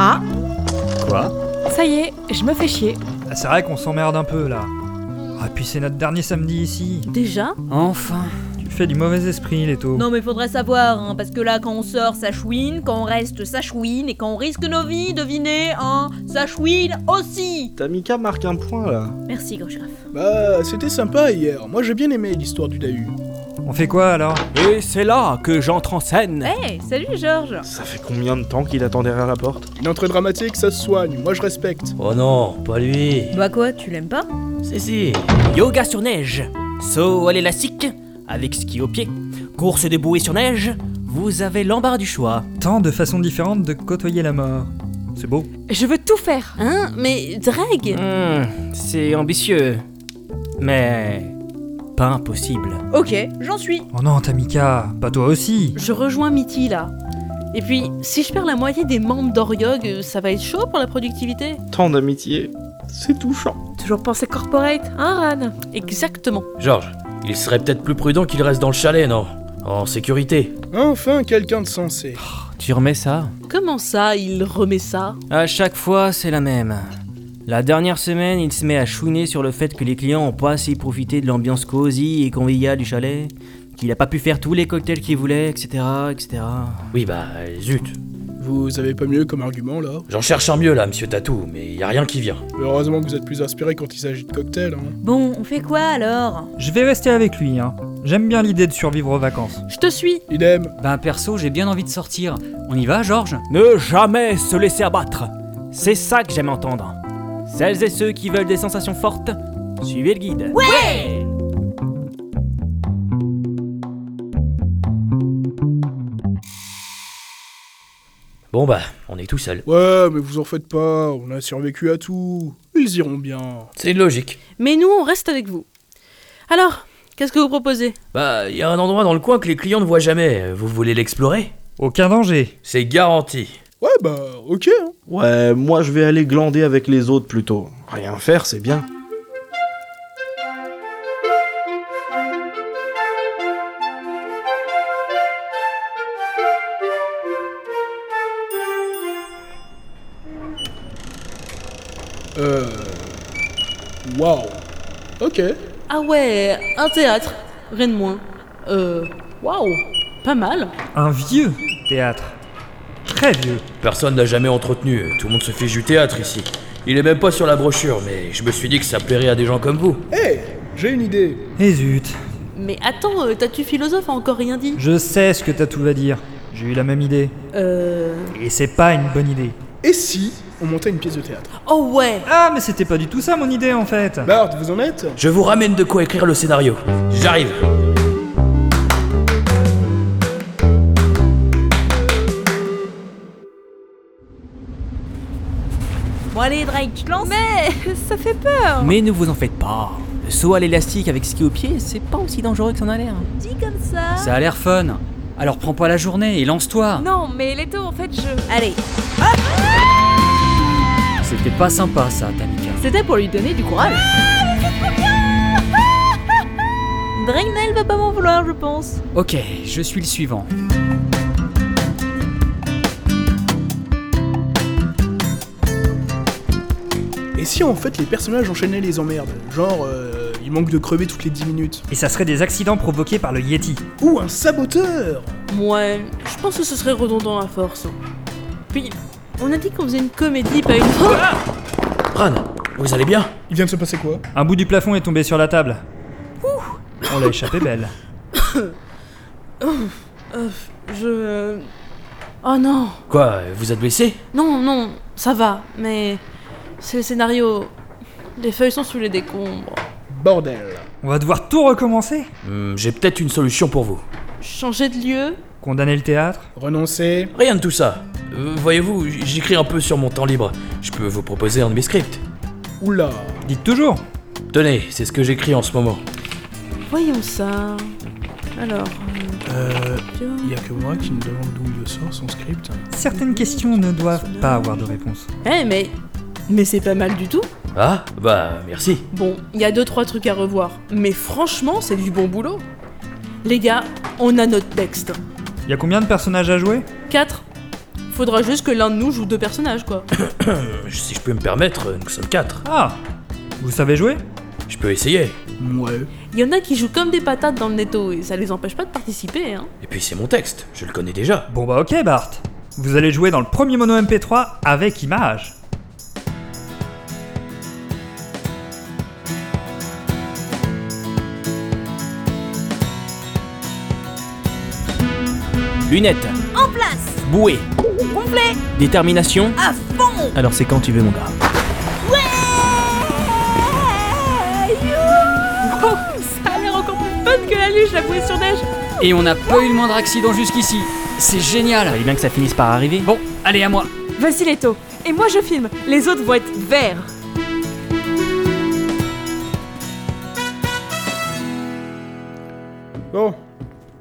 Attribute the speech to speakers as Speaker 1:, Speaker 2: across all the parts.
Speaker 1: Ah, Je me fais chier.
Speaker 2: Ah, C'est vrai qu'on s'emmerde un peu là. Ah, puis c'est notre dernier samedi ici.
Speaker 3: Déjà
Speaker 2: Enfin. Tu fais du mauvais esprit, Leto.
Speaker 3: Non mais faudrait savoir, hein, parce que là quand on sort ça chouine, quand on reste ça chouine, et quand on risque nos vies, devinez, hein, ça chouine aussi
Speaker 4: Tamika marque un point là.
Speaker 3: Merci Grosgraf.
Speaker 5: Bah, c'était sympa hier. Moi, j'ai bien aimé l'histoire du Dahu.
Speaker 2: On fait quoi alors
Speaker 6: Et c'est là que j'entre en
Speaker 3: Eh,
Speaker 6: scène.
Speaker 3: salut Georges
Speaker 4: Ça fait combien de temps qu'il attend derrière la porte
Speaker 5: Une entrée dramatique, ça se soigne. Moi, je respecte.
Speaker 7: Oh non, pas lui.
Speaker 3: Bah quoi, tu l'aimes pas
Speaker 7: Si, si. Yoga sur neige, saut à l'élastique, avec ski au pied, course de bouée sur neige, vous avez l'embarras du choix.
Speaker 2: Tant de façons différentes de côtoyer la mort. C'est beau.
Speaker 1: Je veux tout faire.
Speaker 8: Hein Mais drague
Speaker 7: Hmm, c'est ambitieux, mais pas impossible.
Speaker 3: Ok, j'en suis
Speaker 2: Oh non, Tamika, pas toi aussi.
Speaker 8: Je rejoins Mitty là. Et puis, si je perds la moitié des membres d'Oriog, euh, ça va être chaud pour la productivité.
Speaker 4: Tant d'amitié, c'est touchant.
Speaker 8: Toujours penser corporate, hein Ran Exactement.
Speaker 9: Georges, il serait peut-être plus prudent qu'il reste dans le chalet, non En sécurité.
Speaker 5: Enfin, quelqu'un de sensé.
Speaker 6: Tu remets ça
Speaker 8: Comment ça, il remet ça
Speaker 7: À chaque fois, c'est la même. La dernière semaine, il se met à chouiner sur le fait que les clients ont pas assez profité de l'ambiance cosy et conviviale du chalet, qu'il a pas pu faire tous les cocktails qu'il voulait, etc., etc.
Speaker 9: Oui, bah, zut.
Speaker 5: Vous avez pas mieux comme argument là
Speaker 9: J'en cherche un mieux là, monsieur Tatou, mais y a rien qui vient.
Speaker 5: Heureusement que vous êtes plus inspiré quand il s'agit de cocktail. Hein.
Speaker 3: Bon, on fait quoi alors
Speaker 2: Je vais rester avec lui, hein. J'aime bien l'idée de survivre aux vacances.
Speaker 8: Je te suis
Speaker 5: Idem.
Speaker 10: Ben perso, j'ai bien envie de sortir. On y va, Georges
Speaker 6: Ne jamais se laisser
Speaker 7: Abattre, c'est ça que j'aime entendre. Celles et ceux qui veulent des sensations fortes, suivez le guide.
Speaker 9: Bon, bah, on est tout seul.
Speaker 5: Ouais, mais vous en faites pas. On a survécu à tout. Ils iront bien.
Speaker 9: C'est logique.
Speaker 8: Mais nous, on reste avec vous. Alors, qu'est-ce que vous proposez
Speaker 9: Bah, y a un endroit dans le coin que les clients ne voient jamais. Vous voulez l'explorer
Speaker 2: Aucun danger.
Speaker 9: C'est garanti.
Speaker 5: Ouais, bah, ok. hein.
Speaker 4: Ouais, moi je vais aller glander avec les autres plutôt. Rien faire, c'est bien.
Speaker 5: Euh. Waouh. Ok.
Speaker 8: Ah ouais, un théâtre, rien de moins. Euh. Waouh Pas mal
Speaker 2: Un vieux théâtre. Très vieux.
Speaker 9: Personne n'a jamais entretenu. Tout le monde se fiche du théâtre ici. Il est même pas sur la brochure, mais je me suis dit que ça plairait à des gens comme vous.
Speaker 5: Hé, Eh, j'ai une idée.
Speaker 2: Et Eh zut.
Speaker 8: Mais attends, euh, t'as-tu philosophe a encore rien dit
Speaker 2: Je sais ce que Tatou va dire. J'ai eu la même idée.
Speaker 8: Euh.
Speaker 2: Et c'est pas une bonne idée.
Speaker 5: Et si on montait une pièce de théâtre
Speaker 8: Oh ouais
Speaker 2: Ah, mais c'était pas du tout ça mon idée en fait.
Speaker 5: Bard, vous en êtes
Speaker 9: Je vous ramène de quoi écrire le scénario. J'arrive.
Speaker 3: Bon allez Drake, je te lance
Speaker 8: Ça fait peur
Speaker 7: Mais ne vous en faites pas. Le saut à l'élastique avec ski au pied, c'est pas aussi dangereux que ça en a l'air.
Speaker 3: Dis comme ça
Speaker 10: Ça a l'air fun. Alors prends pas la journée et lance-toi.
Speaker 3: Non, mais Leto, en fait, je... Allez,
Speaker 10: C'était pas sympa ça, Tamika.
Speaker 8: C'était pour lui donner du courage.
Speaker 3: Dragnel va pas m'en vouloir, je pense.
Speaker 10: Ok, je suis le suivant.
Speaker 5: Et si en fait les personnages enchaînaient les emmerdes Genre, euh, il manque de crever toutes les 10 minutes.
Speaker 2: Et ça serait des accidents provoqués par le Yeti.
Speaker 5: Ou un saboteur
Speaker 8: Ouais, je pense que ce serait redondant à force. Puis, on a dit qu'on faisait une comédie, pas une.
Speaker 9: Ran, vous allez bien
Speaker 5: Il vient de se passer quoi
Speaker 2: Un bout du plafond est tombé sur la table. On l'a échappé belle.
Speaker 8: Euh, je. Oh non
Speaker 9: Quoi, vous êtes blessé
Speaker 8: Non, non, ça va, mais. C'est le scénario. Les feuilles sont sous les décombres.
Speaker 5: Bordel.
Speaker 2: On va devoir tout recommencer
Speaker 9: Hmm, J'ai peut-être une solution pour vous.
Speaker 8: Changer de lieu
Speaker 2: Condamner le théâtre
Speaker 5: Renoncer.
Speaker 9: Rien de tout ça. Euh, Voyez-vous, j- j'écris un peu sur mon temps libre. Je peux vous proposer un de mes scripts.
Speaker 5: Oula.
Speaker 2: Dites toujours
Speaker 9: Tenez, c'est ce que j'écris en ce moment.
Speaker 8: Voyons ça. Alors.
Speaker 5: Euh.
Speaker 8: tiens.
Speaker 5: Il a que moi qui me demande d'où il sort son script.
Speaker 2: Certaines questions ne doivent pas avoir de réponse.
Speaker 8: Eh, mais. Mais c'est pas mal du tout.
Speaker 9: Ah, bah merci.
Speaker 8: Bon, il y a deux trois trucs à revoir, mais franchement, c'est du bon boulot. Les gars, on a notre texte.
Speaker 2: Y a combien de personnages à jouer
Speaker 8: 4 Faudra juste que l'un de nous joue deux personnages, quoi.
Speaker 9: Si je peux me permettre, nous sommes quatre.
Speaker 2: Ah Vous savez jouer
Speaker 9: Je peux essayer.
Speaker 5: Ouais.
Speaker 8: Il y en a qui jouent comme des patates dans le netto et ça les empêche pas de participer, hein.
Speaker 9: Et puis c'est mon texte, je le connais déjà.
Speaker 2: Bon bah ok Bart Vous allez jouer dans le premier mono MP3 avec image
Speaker 7: Lunettes. En place. Ah. Bouée. Détermination.
Speaker 3: À fond
Speaker 7: Alors c'est quand tu veux, mon gars.
Speaker 8: Wow, Oh, ça a l'air encore plus fun que la luge, la bouée sur neige.
Speaker 10: Et on n'a pas eu le moindre accident jusqu'ici. C'est génial.
Speaker 7: Fallait bien que ça finisse par arriver.
Speaker 10: Bon, allez à moi.
Speaker 1: Vas-y Leto, et moi je filme, les autres vont être verts.
Speaker 5: Bon,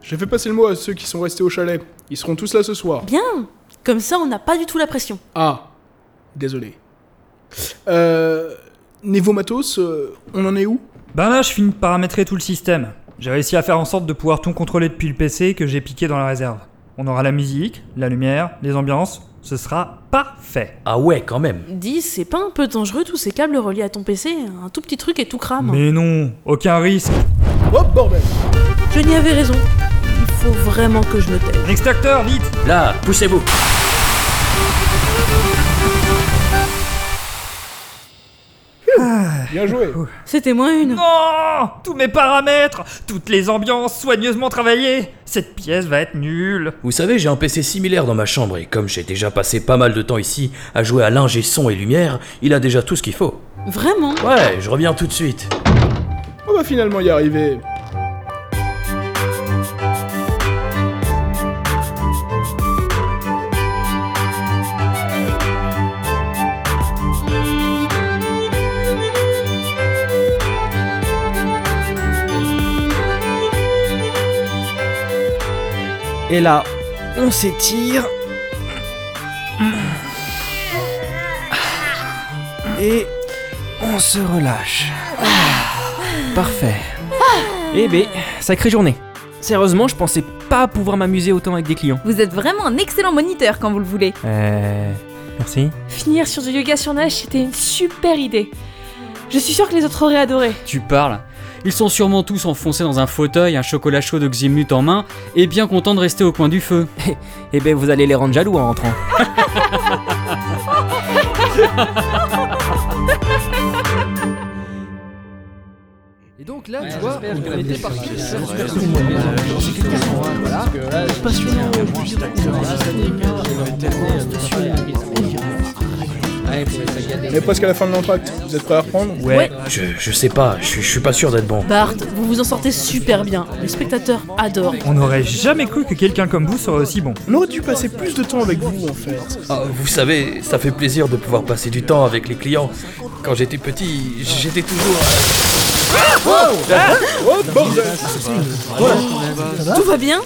Speaker 5: j'ai fait passer le mot à ceux qui sont restés au chalet. Ils seront tous là ce soir.
Speaker 8: Bien. Comme ça, on n'a pas du tout la pression.
Speaker 5: Ah, désolé. Euh, niveau matos, euh, on en est où
Speaker 2: Ben là je finis de paramétrer tout le système. J'ai réussi à faire en sorte de pouvoir tout contrôler depuis le PC que j'ai piqué dans la réserve. On aura la musique, la lumière, les ambiances, ce sera parfait.
Speaker 9: Ah ouais, quand même.
Speaker 8: Dis, c'est pas un peu dangereux tous ces câbles reliés à ton PC Un tout petit truc et tout crame.
Speaker 2: Mais non, aucun risque.
Speaker 5: Oh bordel
Speaker 8: Je n'y avais raison. Il faut vraiment que je me taise.
Speaker 2: L'extracteur, vite
Speaker 9: Là, poussez-vous.
Speaker 5: Bien joué
Speaker 8: C'était moins une.
Speaker 2: Non Tous mes paramètres, toutes les ambiances soigneusement travaillées Cette pièce va être nulle
Speaker 9: Vous savez, j'ai un PC similaire dans ma chambre et comme j'ai déjà passé pas mal de temps ici à jouer à l'ingé son et lumière, il a déjà tout ce qu'il faut.
Speaker 8: Vraiment
Speaker 9: Ouais, je reviens tout de suite.
Speaker 5: On va finalement y arriver.
Speaker 7: Et là, on s'étire. Et on se relâche. Parfait. Eh ben, sacrée journée. Sérieusement, je pensais pas pouvoir m'amuser autant avec des clients.
Speaker 1: Vous êtes vraiment un excellent moniteur quand vous le voulez.
Speaker 7: Euh. Merci.
Speaker 1: Finir sur du yoga sur nage, c'était une super idée. Je suis sûre que les autres auraient adoré.
Speaker 10: Tu parles. Ils sont sûrement tous enfoncés dans un fauteuil, un chocolat chaud de Ximut en main, et bien contents de rester au coin du feu.
Speaker 7: Eh ben, vous allez les rendre jaloux en rentrant.
Speaker 10: Et donc là, tu vois, on était parti
Speaker 5: On est presque à la fin de l'impact. Vous êtes prêts à reprendre
Speaker 9: Ouais. Je, je sais pas, je, suis- je suis pas sûr d'être bon.
Speaker 8: Bart, vous vous en sortez super bien. Les spectateurs adorent.
Speaker 2: On n'aurait jamais cru que quelqu'un comme vous serait aussi bon.
Speaker 5: On aurait dû passer plus de temps avec vous en fait.
Speaker 9: Ah, vous savez, ça fait plaisir de pouvoir passer du temps avec les clients. Quand j'étais petit, j'étais toujours...
Speaker 5: Oh bordel
Speaker 8: Tout va bien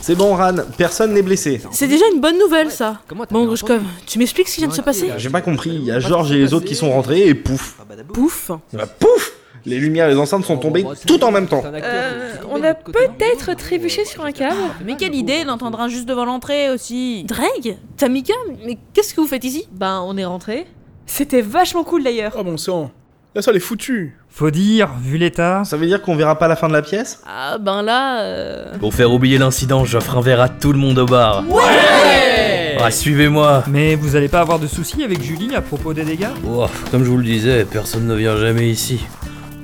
Speaker 4: C'est bon, Ran, personne n'est blessé.
Speaker 8: C'est déjà une bonne nouvelle, ça. Bon, Grushkov, tu m'expliques ce qui vient de se passer
Speaker 4: J'ai pas compris, il y a Georges et les autres qui sont rentrés et pouf.
Speaker 8: Pouf
Speaker 4: Bah, pouf Les lumières et les enceintes sont tombées tout en même temps.
Speaker 8: Euh,
Speaker 1: on a peut-être trébuché sur un câble.
Speaker 3: Mais quelle idée d'entendre un juste devant l'entrée aussi
Speaker 8: Drake Tamika Mais qu'est-ce que vous faites ici
Speaker 3: Ben, on est rentré.
Speaker 1: C'était vachement cool d'ailleurs.
Speaker 5: Oh bon sang. La salle est foutue.
Speaker 2: Faut dire, vu l'état...
Speaker 4: Ça veut dire qu'on verra pas la fin de la pièce
Speaker 8: Ah, ben là... euh,
Speaker 9: Pour faire oublier l'incident, j'offre un verre à tout le monde au bar. Ouais Ah, suivez-moi
Speaker 2: Mais vous allez pas avoir de soucis avec Julie à propos des dégâts
Speaker 9: Ouah, Comme je vous le disais, personne ne vient jamais ici.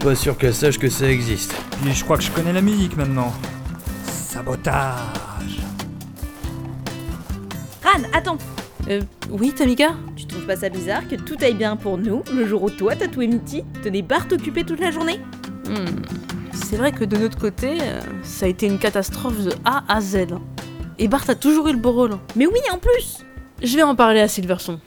Speaker 9: Pas sûr qu'elle sache que ça existe.
Speaker 2: Puis je crois que je connais la musique maintenant. Sabotage
Speaker 1: Ran, attends,
Speaker 8: euh, oui, Tamika
Speaker 3: Tu trouves pas ça bizarre que tout aille bien pour nous le jour où toi, Tatou et Mitty tenez Bart occupé toute la journée
Speaker 8: Hmm. C'est vrai que de notre côté, euh, ça a été une catastrophe de A à Z. Et Bart a toujours eu le beau rôle.
Speaker 3: Mais oui, en plus
Speaker 8: Je vais en parler à Silverson.